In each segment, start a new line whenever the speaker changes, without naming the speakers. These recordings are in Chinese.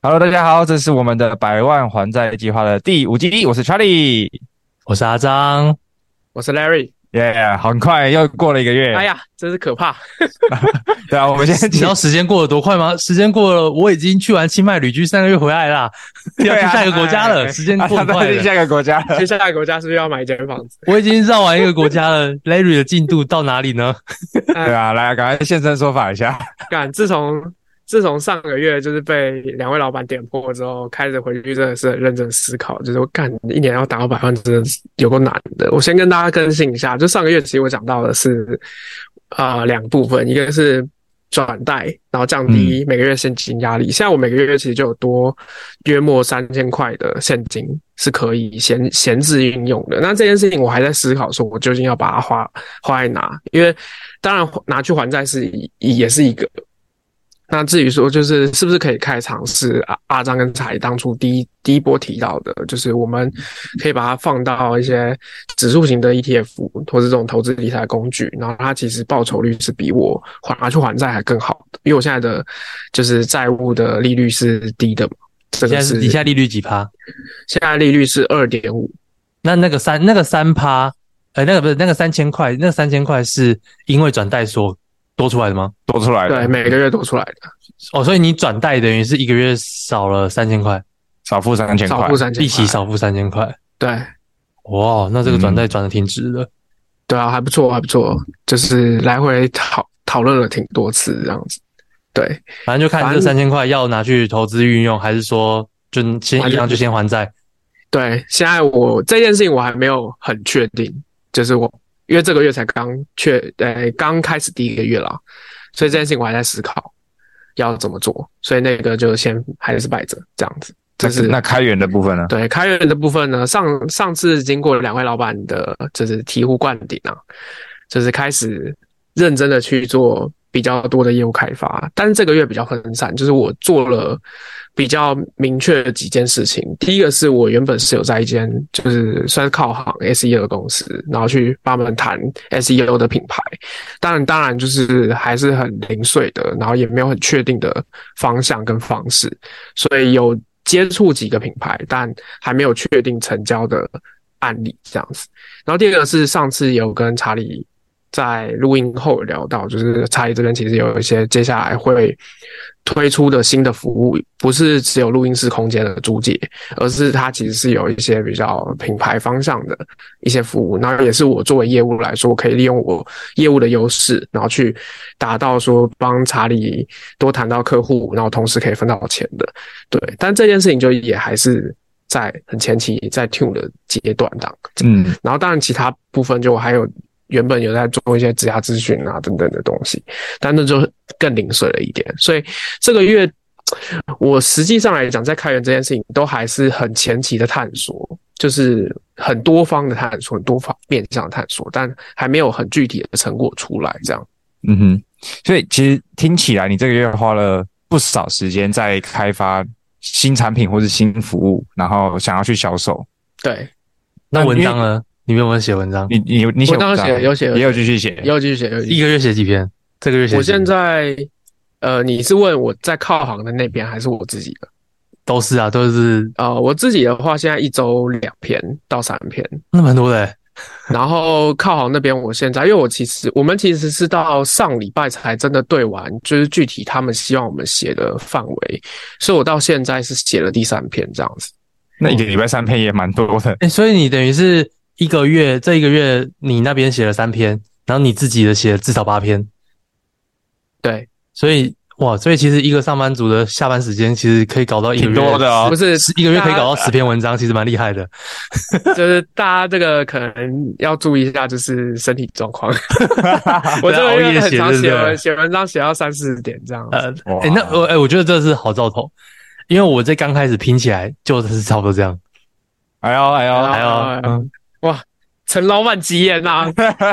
Hello，大家好，这是我们的百万还债计划的第五季，我是 Charlie，
我是阿张，
嗯我是 Larry。
耶很快又过了一个月，
哎呀，真是可怕！
对啊，我们先
你知道时间过得多快吗？时间过了，我已经去完清迈旅居三个月回来 啦，要
啊
去下一个国家
哎
了。时 间过得快
去
了，
啊下一个国家了，
接下来国家是不是要买一间房子？
我已经绕完一个国家了。Larry 的进度到哪里呢？
对啊，来赶快现身说法一下，
干，自从自从上个月就是被两位老板点破之后，开始回去真的是很认真思考，就是我干一年要达到百万，真的是有够难的。我先跟大家更新一下，就上个月其实我讲到的是啊、呃两部分，一个是转贷，然后降低每个月现金压力。现在我每个月其实就有多约莫三千块的现金是可以闲闲置运用的。那这件事情我还在思考，说我究竟要把它花花在哪？因为当然拿去还债是一也是一个。那至于说，就是是不是可以开尝试阿阿张跟彩当初第一第一波提到的，就是我们可以把它放到一些指数型的 ETF 或是这种投资理财工具，然后它其实报酬率是比我还拿去还债还更好的，因为我现在的就是债务的利率是低的嘛，这
现
个
在
是
是底下利率几趴？
现在利率是二点五，
那那个三那个三趴，呃，那个不是那个三千块，那三千块是因为转贷所多出来的吗？
多出来
对，
了，
每个月多出来的，
哦，所以你转贷等于是一个月少了三千块，
少付三千
少
块
付，三千，
利息，少付三千块。
对。
哇，那这
嗯
个转贷转的挺值的。
对啊，还不错，还不错，就是来回讨讨论了挺多次这样子。对，
反正就看这
反正
三千块要拿去投资运用，还是说就先
反正
一样就先还债。
对，现在我这件事情我还没有很确定，就是我因为这个月才刚确，呃，刚开始第一个月啦，所以这件事情我还在思考要怎么做，所以那个就先还是摆着这样子。这是
那开源的部分呢？
对开源的部分呢，上上次经过两位老板的，就是醍醐灌顶啊，就是开始认真的去做比较多的业务开发，但是这个月比较分散，就是我做了比较明确的几件事情。第一个是我原本是有在一间就是算是靠行 SEO 的公司，然后去帮他们谈 SEO 的品牌，当然当然就是还是很零碎的，然后也没有很确定的方向跟方式，所以有接触几个品牌，但还没有确定成交的案例这样子。然后第二个是上次有跟查理在录音后聊到，就是查理这边其实有一些接下来会推出的新的服务，不是只有录音室空间的租借，而是它其实是有一些比较品牌方向的一些服务。然后也是我作为业务来说，我可以利用我业务的优势，然后去达到说帮查理多谈到客户，然后同时可以分到钱的。对，但这件事情就也还是在很前期，在 tune 的阶段当
嗯，
然后当然其他部分就还有原本有在做一些职涯咨询啊等等的东西，但那就更零碎了一点。所以这个月我实际上来讲，在开源这件事情都还是很前期的探索，就是很多方的探索，很多方面向的探索，但还没有很具体的成果出来。这样
嗯哼，所以其实听起来你这个月花了不少时间在开发新产品或是新服务，然后想要去销售。
对，
那
那
文
因为
章呢？你们有没有写文章？
你你你写
我当时
文章
写有写有
也有继续写，
也有继续写，也有继续
一个月写几篇？这个月写几
写。
篇？
我现在呃，你是问我在靠行的那边，还是我自己的？
都是啊，都是
呃，我自己的话，现在一周两篇到三篇，
那蛮多的欸。
然后靠好那边，我现在因为我其实我们其实是到上礼拜才真的对完，就是具体他们希望我们写的范围，所以我到现在是写了第三篇这样子。
那一个礼拜三篇也蛮多的，
哎、所以你等于是一个月，这一个月你那边写了三篇，然后你自己的写了至少八篇，
对，
所以哇，所以其实一个上班族的下班时间其实可以搞到一个
挺
月
多的哦
啊不。是
啊十一个月可以搞到
大
十篇文章，其实蛮厉害的。
家就是大家这个可能要注意一下，就是身体状 况。
不
我这
要熬
个
夜
月很
写
常
对
写
不对
文写文章写到三四点这样子。
呃，
哇
哎、那我哎、我觉得这是好兆头，因为我在刚开始拼起来就是差不多这样。
哎呦哎呦，
啊还有
嗯
哇，陈老板急眼 呐、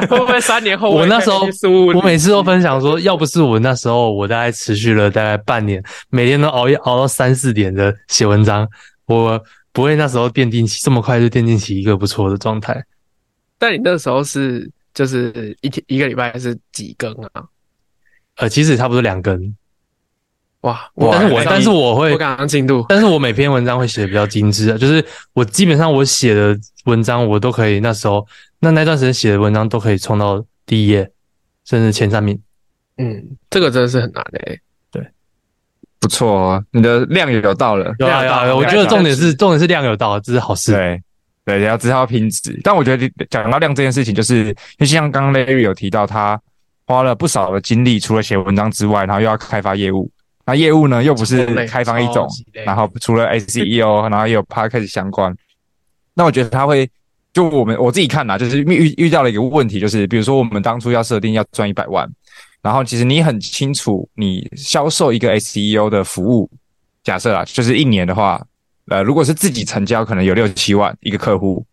会不会三年
哦
后
我那时候
输？
我每次都分享说，要不是我那时候，我大概持续了大概半年，每天都熬夜熬到三四点的写文章，我不会那时候奠定起这么快就奠定起一个不错的状态。
但你那时候是就是一天一个礼拜是几更啊？
呃，其实也差不多两根，
哇，
哇哎
但是我
那你
哎但是我会
我赶上进度，
但是我每篇文章会写的比较精致啊，就是我基本上我写的文章，我都可以那时候那那段时间写的文章都可以冲到第一页，甚至前三名。
嗯，这个真的是很难的、欸。
不错哦，你的量也有到了。
有啊有啊，有啊我觉得重点是重点是量有到，这是好事。
对对，要知道品质。但我觉得讲到量这件事情，就是因为像刚刚 Larry 有提到，他花了不少的精力，除了写文章之外，然后又要开发业务。那业务呢，又不是
超累
开发一种
超级累，
然后除了 SEO，然后也有 Podcast 相关。那我觉得他会，就我们我自己看呐、就是遇遇到了一个问题，就是比如说我们当初要设定要赚一百万，然后其实你很清楚，你销售一个 SEO 的服务，假设啊，就是一年的话，呃，如果是自己成交，可能有六七万一个客户，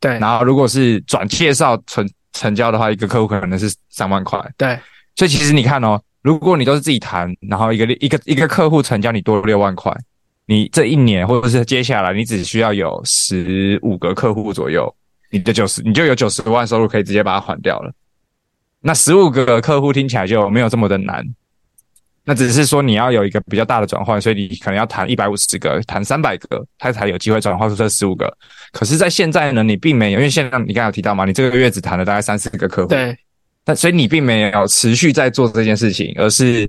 对
然后如果是转介绍成成交的话，一个客户可能是三万块。
对，
所以其实你看哦，如果你都是自己谈，然后一个一个一个客户成交你多六万块，你这一年或者是接下来你只需要有十五个客户左右，你的九十你就有九十万收入可以直接把它还掉了。那十五个客户听起来就没有这么的难，那只是说你要有一个比较大的转换，所以你可能要谈一百五十个，谈三百个，它才有机会转化出这十五个。可是，在现在呢，你并没有，因为现在你刚才有提到嘛，你这个月只谈了大概三四个客户，
对，
但所以你并没有持续在做这件事情，而是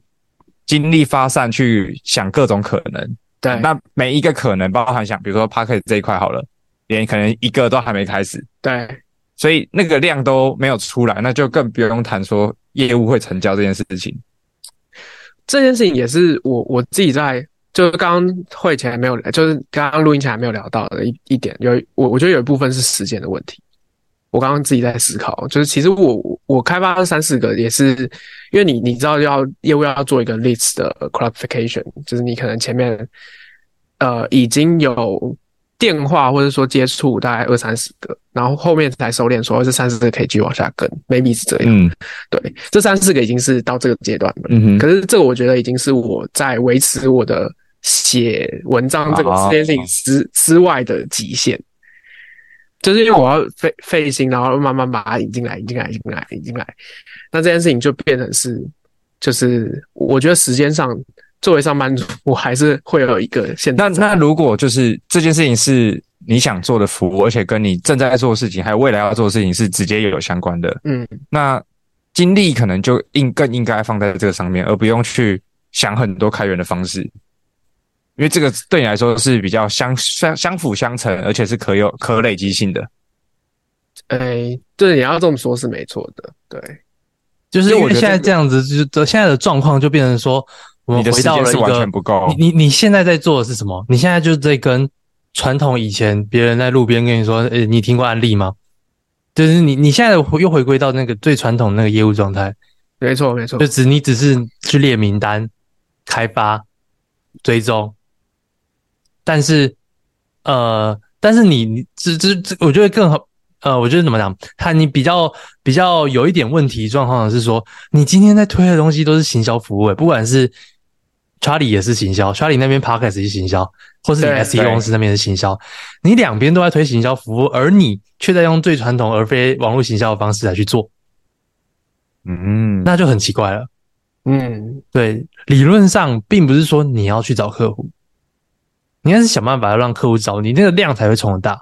精力发散去想各种可能。
对，
那每一个可能包含想，比如说 p a c k e t 这一块好了，连可能一个都还没开始，
对，
所以那个量都没有出来，那就更不用谈说业务会成交这件事情。
这件事情也是我我自己在，就是刚刚会前没有，就是刚刚录音前还没有聊到的一一点，有一我我觉得有一部分是时间的问题。我刚刚自己在思考，就是其实我我我开发三四个也是，因为你你知道要业务要做一个 list 的 qualification，就是你可能前面呃已经有电话或者说接触大概二三十个，然后后面才收敛说哦这三十个可以继续往下跟，maybe 是这样。
嗯
对，这三四个已经是到这个阶段了。
嗯哼，
可是这个我觉得已经是我在维持我的写文章这个
哦
啊
这件事情之之外的极限，就是因为我要费费心，然后慢慢把它引进来，引进来，引进来，引进来。那这件事情就变成是，就是我觉得时间上，作为上班族，我还是会有一个限制
那
在。
那如果就是这件事情是你想做的服务，而且跟你正在做的事情还有未来要做的事情是直接有相关的，
嗯，
那精力可能就应更应该放在这个上面，而不用去想很多开源的方式，因为这个对你来说是比较相相相辅相成，而且是可有可累积性的。
哎，对，你要这么说，是没错的。对，
就是因为现
因为我觉
在
得嗯
这样子，就是现在的状况就变成说，我
你
们
的
回
时
到
间
了一
是完
个
全不够，
你你你现在在做的是什么？你现在就是在跟传统以前别人在路边跟你说，诶、你听过案例吗？就是你你现在回又回归到那个最传统那个业务状态，
没错，没错
就。只你只是去列名单、开发、追踪，但是呃，但是你你这这这，我觉得更好。呃，我觉得怎么讲？他你比较比较有一点问题状况的是说，你今天在推的东西都是行销服务、欸，不管是 Charlie 也是行销，Charlie 那边 Podcast 也是行销，或是你
对
SEO
对
公司那边是行销，你两边都在推行销服务，而你却在用最传统而非网络行销的方式来去做，
嗯，
那就很奇怪了。
嗯，
对，理论上并不是说你要去找客户，你应该是想办法让客户找你，那个量才会冲得大。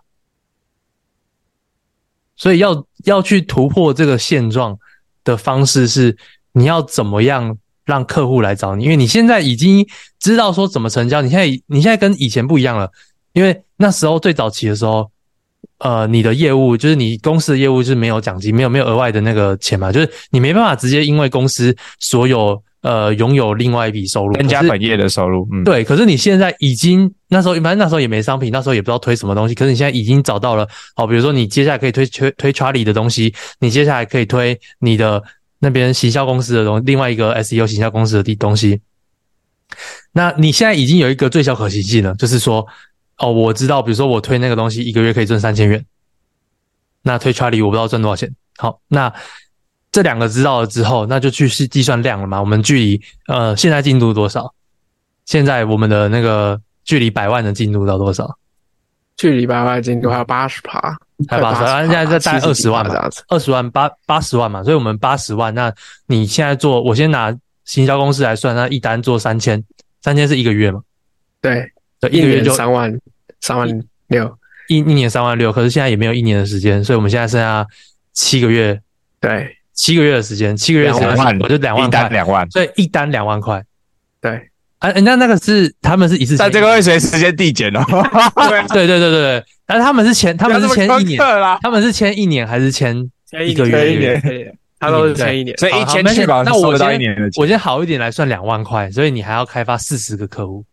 所以要要去突破这个现状的方式是，你要怎么样让客户来找你？因为你现在已经知道说怎么成交，你现在你现在跟以前不一样了，因为那时候最早期的时候，呃，你的业务就是你公司的业务是没有奖金，没有没有额外的那个钱嘛，就是你没办法直接因为公司所有呃拥有另外一笔收入
增加
可是
本业的收入，嗯，，
对，可是你现在已经那时候，反正那时候也没商品，那时候也不知道推什么东西。可是你现在已经找到了，好，比如说你接下来可以推推推 Charlie 的东西，你接下来可以推你的那边行销公司的东，另外一个 SEO 行销公司的地东西。那你现在已经有一个最小可行性了，就是说，哦，我知道，比如说我推那个东西，一个月可以赚三千元，那推 Charlie 我不知道赚多少钱。好，那这两个知道了之后，那就去是计算量了嘛？我们距离呃现在进度多少？现在我们的那个距离百万的进度到多少？
距离百万进度还有八十趴，
还有八十万，现在在大概二十万
这
吧，
样子。
二十万八八十万嘛，所以我们八十万。那你现在做，我先拿行销公司来算，那一单做三千，三千是一个月嘛？
对，
对，一
一
个月
年
就
三万，三万六，
一一年三万六，可是现在也没有一年的时间，所以我们现在剩下七个月，
对
七个月的时间，七个月的时间
两万
我就两
一
万
单
块，
两万，
所以一单两万块。
对，
哎、啊，那那个是他们是一次性，
但这个会随时间递减哦，
对对对对对，但是他们是签，他
他
们是签一年，
啦，
他们是签一年还是签
签
一个月
一年
他都是签一年，
所以一千去吧，
那我
收得到
先
一年的钱
我先好一点来算两万块，所以你还要开发四十个客户，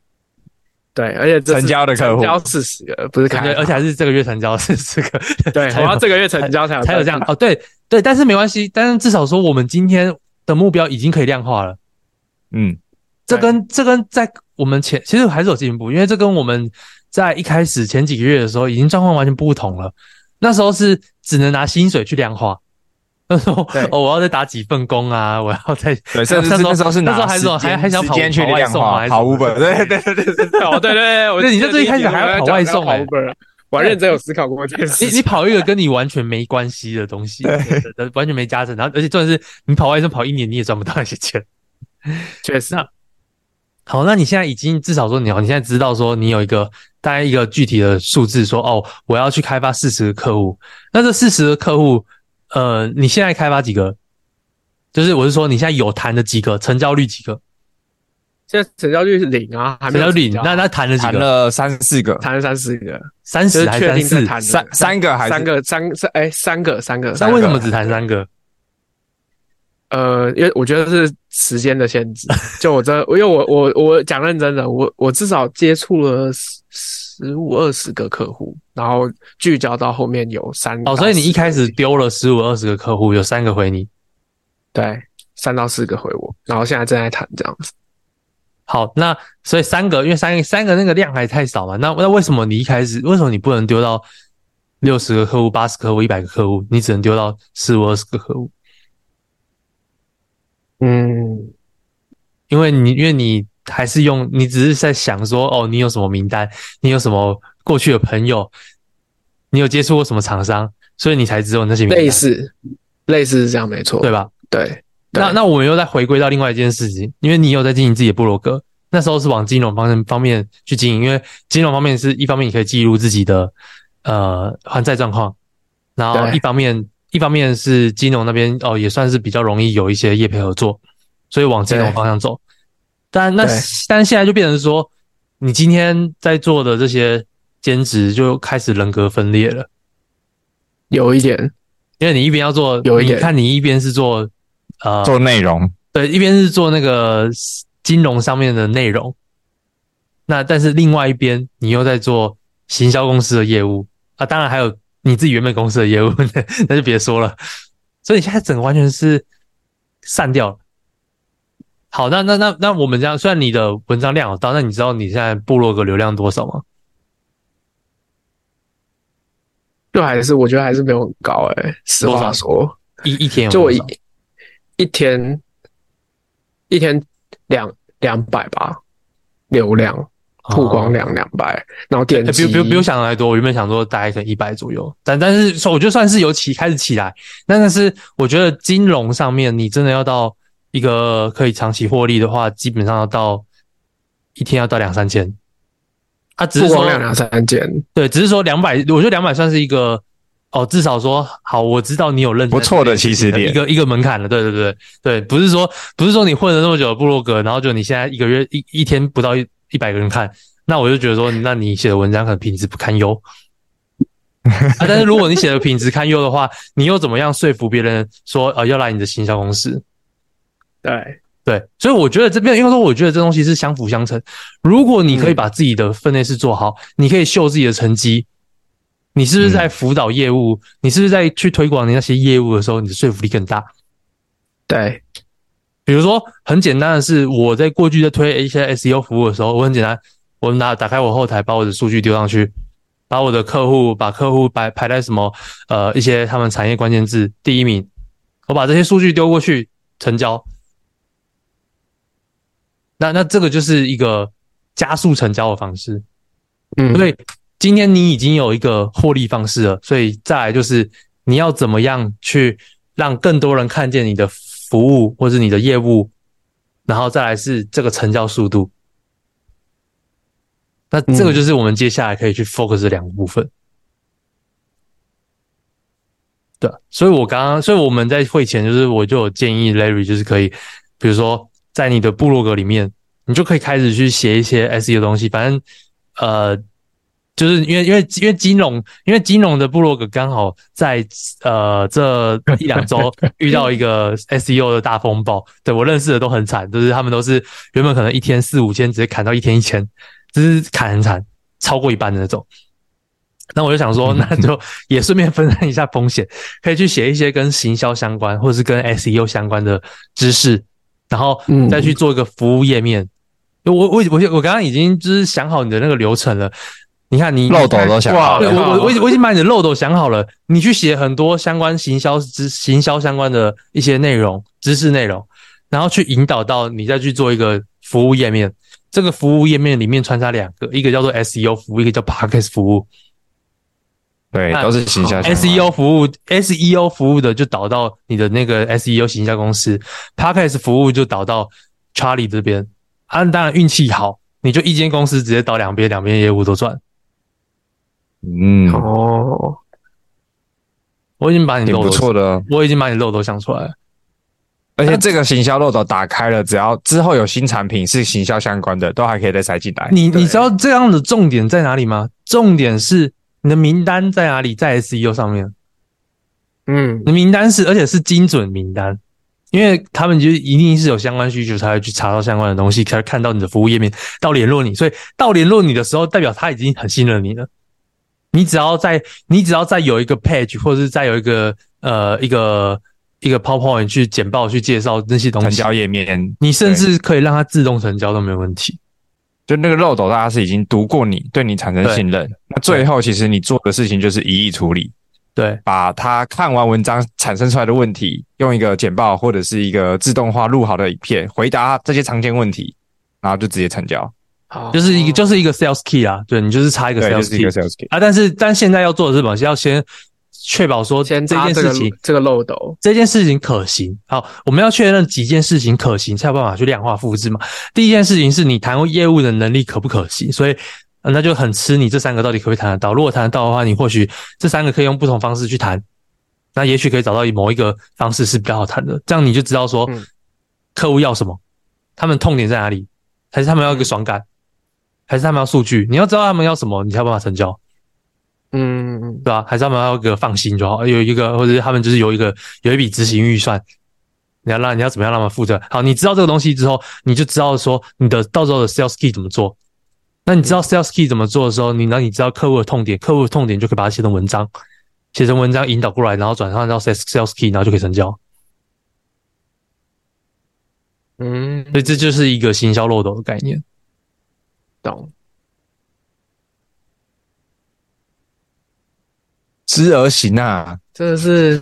对，而且这
成交的客户
成，
哦
交四十个，不是开发，
而且还是这个月成交四十个，
对，
才
我
有
要这个月成交才有
才有这样哦。对对，但是没关系，但是至少说我们今天的目标已经可以量化了。
嗯，
这跟这跟在我们前其实还是有进步，因为这跟我们在一开始前几个月的时候已经状况完全不同了。那时候是只能拿薪水去量化，那时候
对
哦，我要再打几份工啊，我要再
对，甚至
那
是
时候
那时候是拿
那时候还是有还还想
时
跑
间去
跑外
量
送嘛
化
还是
跑啊
什么
Uber，对对对对对，
哦，对对对，我
对你
记得
这最一开始还要跑外送
我
欸
要讲我要跑 Uber 了我还认真有思考过这件
你
事
你
情。
跑一个跟你完全没关系的东西，对对对完全没加成，然后而且重点是你跑外送跑一年你也赚不到那些钱。
确实，啊
好，那你现在已经至少说你好，你现在知道说你有一个大概一个具体的数字说，哦，我要去开发四十个客户。那这四十个客户，呃，你现在开发几个？就是我是说你现在有谈的几个，成交率几个？
现在成交率是零啊，还
成
没有
交率
成交
那那谈了几
谈
个？
了三四个，
谈了三四个，
三
就
十
是
还
确
三
定在
四？
谈的
三三个还是
三个三三哎三个三个
那为什么只谈三个？
呃，因为我觉得是时间的限制。就我这，因为我我我讲认真的，我我至少接触了十十五二十个客户，然后聚焦到后面有三
哦，
到
所以你一
四
开始丢了十五二十个客户，有三个回你。
对三到四个回我，然后现在正在谈这样子。
好，那所以三个，因为三个三个那个量还太少嘛，那那为什么你一开始为什么你不能丢到六十个客户、八十客户、一百个客户，你只能丢到十五、二十个客户？
嗯，
因为你因为你还是用你只是在想说，哦，你有什么名单，你有什么过去的朋友，你有接触过什么厂商，所以你才只有那些名
类
单，
似类似是这样没错，
对吧？
对对
那那我们又再回归到另外一件事情，因为你有在经营自己的部落格，那时候是往金融方面方面去经营，因为金融方面是一方面你可以记录自己的呃还债状况，然后
对
一方面一方面是金融那边哦也算是比较容易有一些业配合作，所以往金融
对
方向走。但那
对
但是现在就变成说，你今天在做的这些兼职就开始人格分裂了。
有一点
因为你一边要做，
有一
你
点
看你一边是做，呃，
做内容，
对，一边是做那个金融上面的内容，那但是另外一边你又在做行销公司的业务啊，当然还有你自己原本公司的业务， 那那就别说了。所以你现在整个完全是散掉了。好，那那那那我们这样，虽然你的文章量有到，那你知道你现在部落格流量多少吗？
就还是我觉得还是没有很高哎、实
多少
话说，
一一天有
就我
多
一
少
一天一天两两百吧，流量曝光量两百，然后点
欸、
击
哦比比比我想的还多，我原本想说大概可能一百左右，但但是说我就算是有起开始起来，但但是我觉得金融上面你真的要到一个可以长期获利的话，基本上要到一天要到两三千，啊，只
曝
是
光
说
量两三件，啊
对，只是说两百，我觉得两百算是一个哦，至少说好，我知道你有认真
不错的起始点
一个一个门槛了，对对对对，不是说不是说你混了那么久的部落格，然后就你现在一个月一一天不到一一百个人看，那我就觉得说，那你写的文章可能品质不堪忧。啊，但是如果你写的品质堪忧的话，你又怎么样说服别人说呃要来你的行销公司？
对，
对，所以我觉得这边，因为说我觉得这东西是相辅相成。如果你可以把自己的分内事做好，你可以秀自己的成绩。你是不是在辅导业务？你是不是在去推广你那些业务的时候，你的说服力更大？
对，
比如说，很简单的是，我在过去在推一些 SEO E 服务的时候，我很简单，我拿打开我后台，把我的数据丢上去，把我的客户把客户排排在什么呃一些他们产业关键字第一名，我把这些数据丢过去成交。那那这个就是一个加速成交的方式，
嗯，
所以今天你已经有一个获利方式了，所以再来就是你要怎么样去让更多人看见你的服务或是你的业务，然后再来是这个成交速度。那这个就是我们接下来可以去 focus 的两个部分。对，啊所以我刚刚，所以我们在会前就是我就有建议 Larry，就是可以，比如说在你的部落格里面，你就可以开始去写一些 SE 的东西，反正呃，就是因为因为因为金融，因为金融的部落格刚好在呃这一两周遇到一个 SEO 的大风暴，对我认识的都很惨，就是他们都是原本可能一天四五千，直接砍到一天一千，就是砍很惨，超过一半的那种。那我就想说，那就也顺便分散一下风险，可以去写一些跟行销相关或者是跟 SEO 相关的知识，然后
嗯
再去做一个服务页面。我我我我刚刚已经就是想好你的那个流程了。你看你
漏斗都想好
对
了
哇
我我我已经我已经把你的漏斗想好了，你去写很多相关行销知行销相关的一些内容、知识内容，然后去引导到你再去做一个服务页面。这个服务页面里面穿插两个，一个叫做 SEO 服务，一个叫 Podcast 服务。
对，
那
都是行销相关
SEO 服务 SEO 服务的就导到你的那个 SEO 行销公司，Podcast 服务就导到 Charlie 这边。啊，当然运气好，你就一间公司直接导两边，两边业务都赚。
嗯，
哦，
我已经把你
挺
漏
不
斗
错的。
我已经把你漏斗想出来了。
而且这个行销漏斗打开了，只要之后有新产品是行销相关的，都还可以再塞进来。
你你知道这样的重点在哪里吗？重点是你的名单在哪里，在 SEO 上面。
嗯
你，的名单是而且是精准名单，因为他们就一定是有相关需求才会去查到相关的东西，才会看到你的服务页面，到联络你。所以到联络你的时候，代表他已经很信任你了。你只要在你只要再有一个 page，或者是再有一个呃一个一个 PowerPoint 去简报去介绍那些东
成
西，
交页面，
你甚至可以让它自动成交都没问题。
就那个漏斗，大家是已经读过你，对你产生信任。那最后，其实你做的事情就是一意处理，
对，
把他看完文章产生出来的问题，用一个简报或者是一个自动化录好的影片回答这些常见问题，然后就直接成交。
好，
就是一个就是一个 sales key 啊，对你就是差一个
哦对，就
sales
是一
key
个 sales kit。
啊。但是但现在要做的是什么？是要先确保说这
哦先
件
扎这
事
个
情
这个漏斗，
这件事情可行。好，我们要确认几件事情可行，才有办法去量化复制嘛。第一件事情是你谈业务的能力可不可行，所以。呃那就很吃你这三个到底可不可以谈得到。如果谈得到的话，你或许这三个可以用不同方式去谈，那也许可以找到某一个方式是比较好谈的。这样你就知道说
嗯
客户要什么，他们痛点在哪里，还是他们要一个爽感，还是他们要数据。你要知道他们要什么，你才有办法成交。
嗯嗯
对啊，还是他们要有一个放心就好，有一个或者是他们就是有一个有一笔执行预算，你要让你要怎么样让他们负责。好，你知道这个东西之后，你就知道说你的到时候的 sales key 怎么做。那你知道 sales key 怎么做的时候，你那你知道客户的痛点，客户的痛点就可以把它写成文章，写成文章引导过来，然后转换到 sales sales key，然后就可以成交。
嗯，
所以这就是一个行销漏斗的概念。
懂，
知而行啊，
真的是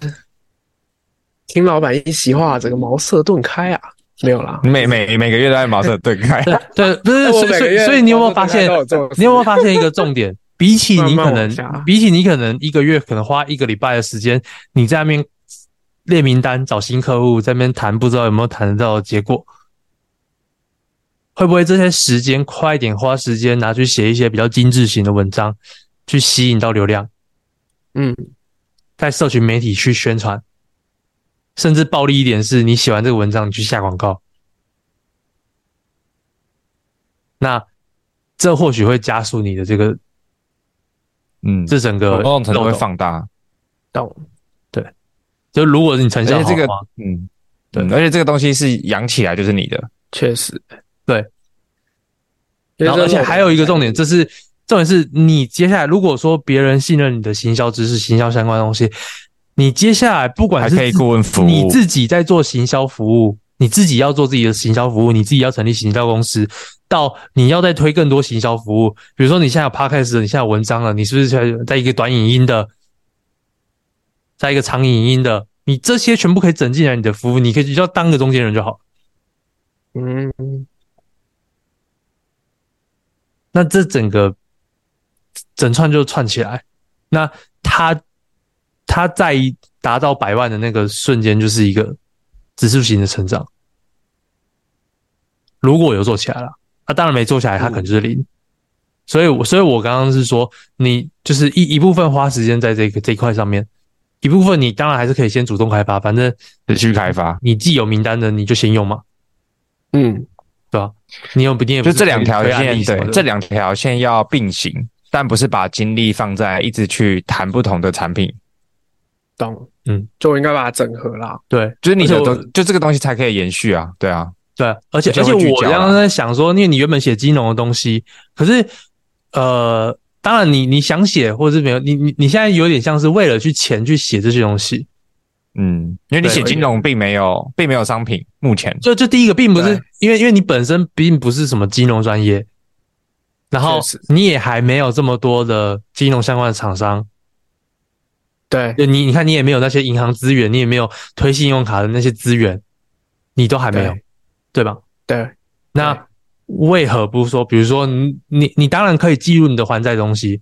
听老板一席话，整个茅塞顿开啊！没有啦，
嗯
每每每个月都在茅塞顿 开。
对，不是， 所
我
以
每
所
个
以
月
所以你有没有
工作
发
大概
现
都有这种？事
你有没有发现一个重 点？比起你可
慢慢
能
往下，
比起你可能一个月可能花一个礼拜的时间，你在那边列名单、找新客户，在那边谈，不知道有没有谈得到的结果。会不会这些时间快一点花时间拿去写一些比较精致型的文章，去吸引到流量？
嗯，
在社群媒体去宣传，甚至暴力一点是，你写完这个文章，你去下广告。那这或许会加速你的这个
嗯，
这整个
某种程度会
漏斗，
放大，
懂？
就如果你成
而
效
且
好
这
的
个
话，
嗯，对，而且这个东西是养起来就是你的，
确实，
对。
因
然
为
后
这
而且还有一个重点，这是重点是你接下来如果说别人信任你的行销知识、行销相关的东西，你接下来不管
还
是
可以
自
顾问服务，
你自己在做行销服务，你自己要做自己的行销服务，你自己要成立行销公司，到你要再推更多行销服务，比如说你现在有 podcast，了你现在有文章了，你是不是在在一个短影音的，在一个长影音的，你这些全部可以整进来你的服务，你可以你就要当个中间人就好了。
嗯，
那这整个整串就串起来，那它它在达到百万的那个瞬间，就是一个指数型的成长。如果有做起来了，啊，当然没做起来，它可能就是零。所以我，所以我刚刚是说，你就是一一部分花时间在这个这一块上面，一部分你当然还是可以先主动开发，反正
持续开发，
你既有名单的，你就先用嘛，
嗯，
对吧、你又不定，
就这两条
推案
线，
例什
对
么，的
这两条线要并行，但不是把精力放在一直去谈不同的产品，
懂。
嗯，
就应该把它整合啦。
对，
就是你
而
的
且我
都就这个东西才可以延续啊，对啊，
对，而且
就
而
会
且
聚
我
焦
刚
啦
刚在想说，因为你原本写金融的东西，可是呃，当然你你想写或者是没有，你你你现在有点像是为了去钱去写这些东西，
嗯，因为你
对
写金融并没有并没有商品，目前
就就第一个并不是
对
因为因为你本身并不是什么金融专业，然后
确实
你也还没有这么多的金融相关的厂商，
对，
就你你看你也没有那些银行资源，你也没有推信用卡的那些资源，你都还没有，对吧？
对，
那为何不说？比如说你，你你当然可以记录你的还债东西，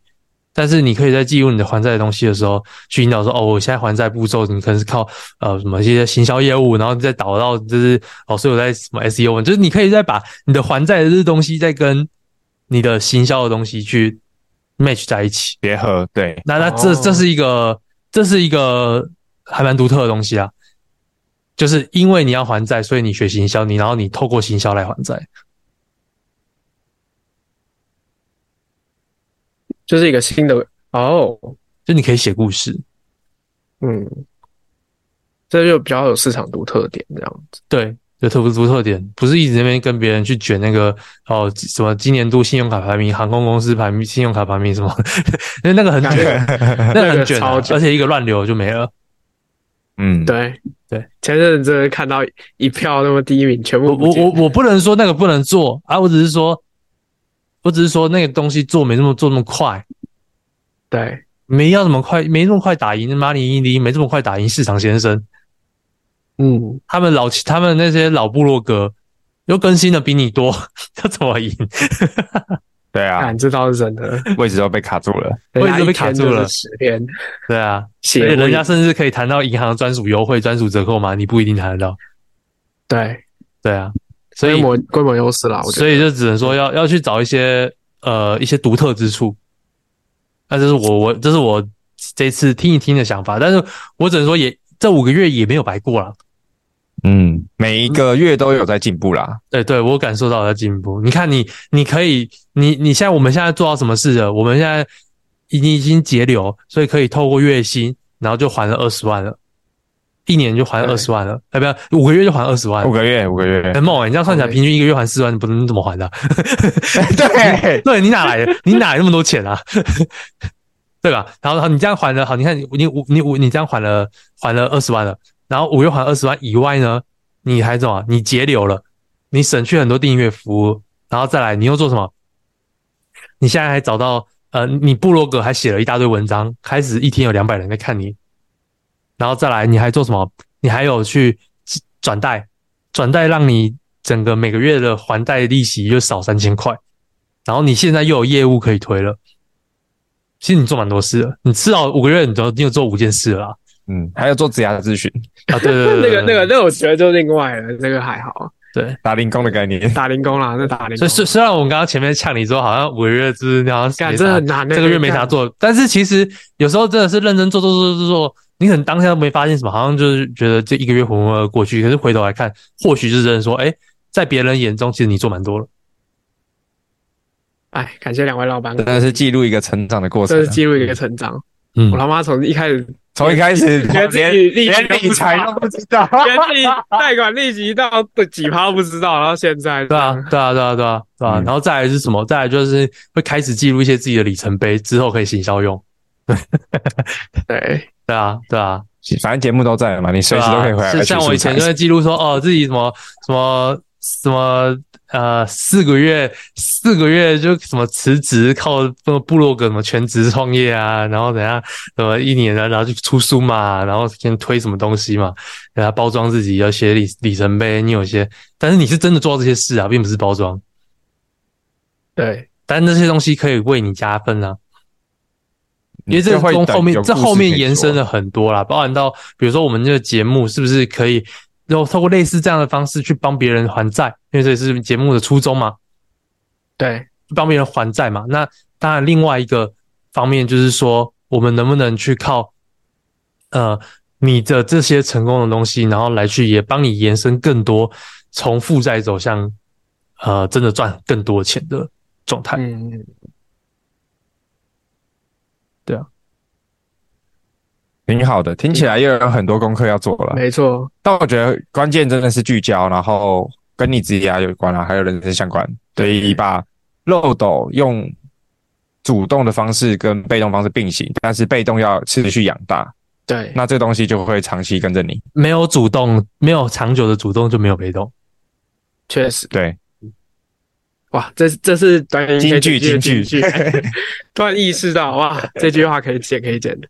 但是你可以在记录你的还债东西的时候，去引导说，哦，我现在还债步骤，你可能是靠呃什么一些行销业务，然后再导到就是哦，所以我在什么 SEO，就是你可以再把你的还债的这东西再跟你的行销的东西去 match 在一起。
结合，对，
那那这
哦
这是一个，这是一个还蛮独特的东西啊，就是因为你要还债，所以你学行销，你然后你透过行销来还债。
就是一个新的哦，
就你可以写故事，
嗯，这就比较有市场独特点这样子。
对，有特殊特点，不是一直在那边跟别人去卷那个哦什么今年度信用卡排名、航空公司排名、信用卡排名什么， 因为那个很卷， 那个很卷啊、
那个超卷
而且一个乱流就没了。
嗯，
对
对，
前阵子看到一票那么第一名，全
我
部
我
不见
我我不能说那个不能做啊，我只是说，我只是说那个东西做没那么做那么快，
对
没要那么快，没那么快打赢 Money 一零，没这么快打赢市场先生。
嗯
他们老他们那些老部落格又更新的比你多， 要怎么赢？
对啊，
感知道是真的，
哎
位置都被卡住了，
我也是
人家
被
一
卡
天
住
就是
了
十篇，
对啊，
写
而且
不
人
赢
家甚至可以谈到银行专属优惠、专属折扣嘛，你不一定谈得到。
对
对啊，所
规
以
模规模优势啦，我觉得
所以就只能说要要去找一些呃一些独特之处。那这是我我这是我这次听一听的想法，但是我只能说也这五个月也没有白过啦。
嗯，每一个月都有在进步啦，
对对，我感受到了进步。你看你，你可以，你你现在我们现在做到什么事了？我们现在已经已经节流，所以可以透过月薪，然后就还了二十万了，一年就还了二十万了，哎，不要五个月就还二十万
五，个月，五个月，
很猛哎、你这样算起来，
OK
平均一个月还四万，你不能怎么还的、啊嗯
对，
对你哪来的？你哪来那么多钱啊？ 对吧？然后，然后你这样还了，好，你看你你五你五你这样还了还了二十万了，然后五月还二十万以外呢，你还怎么？你节流了，你省去很多订阅服务，然后再来你又做什么？你现在还找到呃，你部落格还写了一大堆文章，开始一天有两百人在看你，然后再来你还做什么？你还有去转贷，转贷让你整个每个月的还贷利息就少三千块，然后你现在又有业务可以推了。其实你做蛮多事的，你至少五个月你都你有做五件事了啊！
嗯，还有做职涯咨询，
啊，对对对
那
对，
个那个那个我觉得就另外了，这个还好，
对。
打零工的概念，
打零工啦，那打零
所
工
以，虽虽然我们刚刚前面呛你说好像五个月就是你好像
感
没
真的
啥
很难欸，
这个月没啥
干
做，但是其实有时候真的是认真做做做做做，你可能当下都没发现什么，好像就是觉得这一个月浑浑噩过去，可是回头来看，或许是真的说，哎、在别人眼中，其实你做蛮多了。
哎，感谢两位老板，
真的是记录一个成长的过程
这
啊
是。记录一个成长。
嗯
我，他妈从一开始
从一开始
觉得自 己
连
利息
连
都不
理财
知道
都不知道，
原地贷款利息到的几趴都不知道，然后现在
对啊，对啊，对啊，对啊，对啊。
嗯
然后再来是什么？再来就是会开始记录一些自己的里程碑，之后可以行销用。
对，
对啊，对啊，
反正节目都在了嘛，你
对
随时
啊，
都可以回来
是
去
像我以前
素
就
材
会记录说，哦，自己什么什么什么呃，四个月四个月就什么辞职，靠部部落格什么全职创业啊，然后等下什么一年啊，然后就出书嘛，然后先推什么东西嘛，给他包装自己，要写里里程碑，你有一些，但是你是真的做到这些事啊，并不是包装。
对，
但那些东西可以为你加分啊，因为这
就会
从
等
后面
有
这
故事
后面
可以
延伸
说
了很多啦，包含到比如说我们这个节目是不是可以，然后透过类似这样的方式去帮别人还债，因为这也是节目的初衷嘛，
对，
帮别人还债嘛。那当然，另外一个方面就是说，我们能不能去靠，呃，你的这些成功的东西，然后来去也帮你延伸更多从负债走向，呃，真的赚更多钱的状态。
嗯，
挺好的，听起来又有很多功课要做
啊
了。
没错，
但我觉得关键真的是聚焦，然后跟你职业有关啊，还有人生相关，所以把漏斗用主动的方式跟被动方式并行，但是被动要持续养大，
对，
那这东西就会长期跟着你。
没有主动，没有长久的主动就没有被动。
确实，
对，
哇，这这是短影
金句
金
金
句， 突然意识到，哇，这句话可以剪，可以剪的。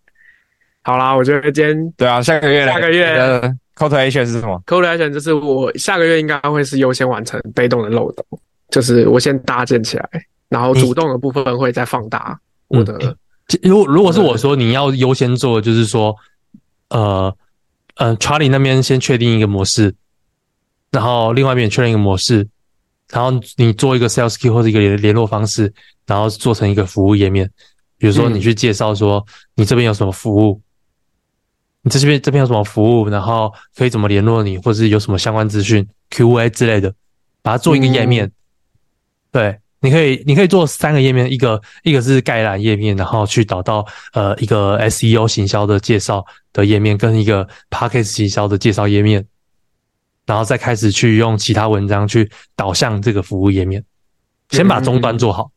好啦，我觉得今天
对啊，下个月
下个月
的 call to action 是什么？
c o l l a t i o n 就是我下个月应该会是优先完成被动的漏斗，就是我先搭建起来，然后
嗯
主动的部分会再放大我的，
其如果如果是我说你要优先做，的就是说，呃呃，Charlie 那边先确定一个模式，然后另外一边也确定一个模式，然后你做一个 sales key 或者一个联联络方式，然后做成一个服务页面，比如说
嗯
你去介绍说你这边有什么服务，你这边这边有什么服务，然后可以怎么联络你，或是有什么相关资讯 Q&A 之类的，把它做一个页面。对，你可以你可以做三个页面，一个一个是概览页面，然后去导到呃一个 SEO 行销的介绍的页面，跟一个 p a c k a g e 行销的介绍页面，然后再开始去用其他文章去导向这个服务页面，先把终端做好。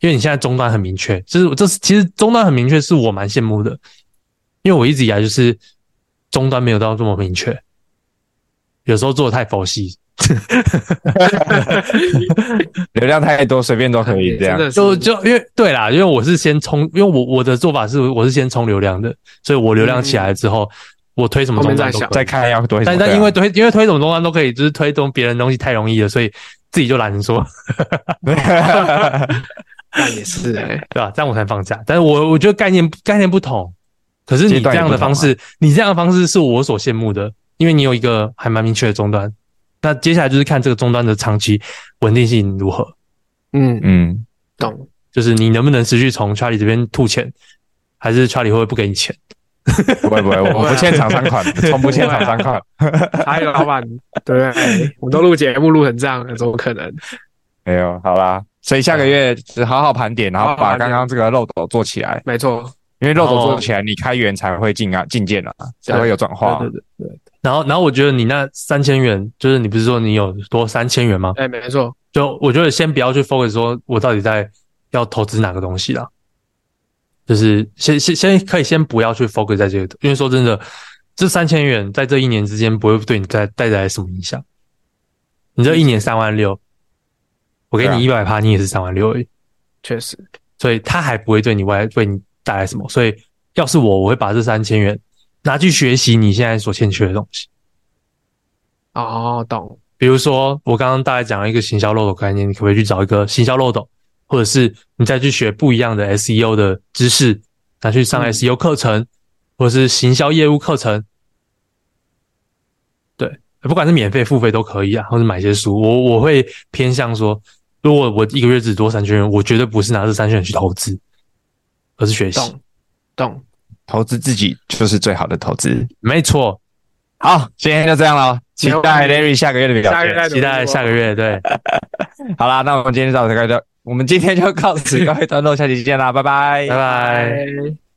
因为你现在终端很明确，就是这是其实终端很明确，是我蛮羡慕的，因为我一直以来就是终端没有到这么明确，有时候做的太佛系，
流量太多，随便都可以这
啊真
样。
的是
就就因为对啦，因为我是先冲，因为我我的做法是我是先冲流量的，所以我流量起来之后，我推什么
后面
终端都
再想啊
可以
再看要多一
但
点。
但因为推因为推什么终端都可以，就是推动别人东西太容易了，所以自己就懒得说，
对啊
但也是哎、
对吧、这样我才放假。但是我我觉得概念概念不同，可是你
阶
这
段也啊
样的方式，你这样的方式是我所羡慕的，因为你有一个还蛮明确的终端。那接下来就是看这个终端的长期稳定性如何，
嗯，
嗯，
懂，
就是你能不能持续从 Charlie 这边吐钱，还是 Charlie 会不会不给你钱？
不会不会，我不欠厂商 款，从不欠厂商款。
还有老板，对不对？ 我们都录节目录成这样了，怎么可能？
没有，好啦，所以下个月只好好盘点，然后
好好
把
盘
刚
点
刚这个漏斗做起来，
没错，
因为漏斗
哦
做起来，你开源才会进啊进件啊，才会有转化。
对对对，
然后，然后我觉得你那三千元，就是你不是说你有多三千元吗？
哎、没错，
就我觉得先不要去 focus 说我到底在要投资哪个东西啦，就是先先先可以先不要去 focus 在这个，因为说真的，这三千元在这一年之间不会对你带带来什么影响。你这一年三万六，我给
对啊
你一百趴，你也是三万六而已，
确实，
所以它还不会对你外为你带来什么。所以要是我，我会把这三千元拿去学习你现在所欠缺的东西。
哦，懂，
比如说，我刚刚大概讲了一个行销漏斗概念，你可不可以去找一个行销漏斗，或者是你再去学不一样的 SEO 的知识，拿去上
嗯
SEO 课程，或者是行销业务课程。对，不管是免费、付费都可以啊，或者买一些书。我我会偏向说，如果我一个月只多三千元，我绝对不是拿这三千元去投资，而是学习。
懂，懂，
投资自己就是最好的投资。
没错，
好，今天就这样了，期待 Larry 下个月的表
下个
现
月。再
期待下个月对，
好啦，那我们今天就到此告一段，我们今天就告辞各位观众，下期见啦，拜拜，
哎
拜拜。
拜。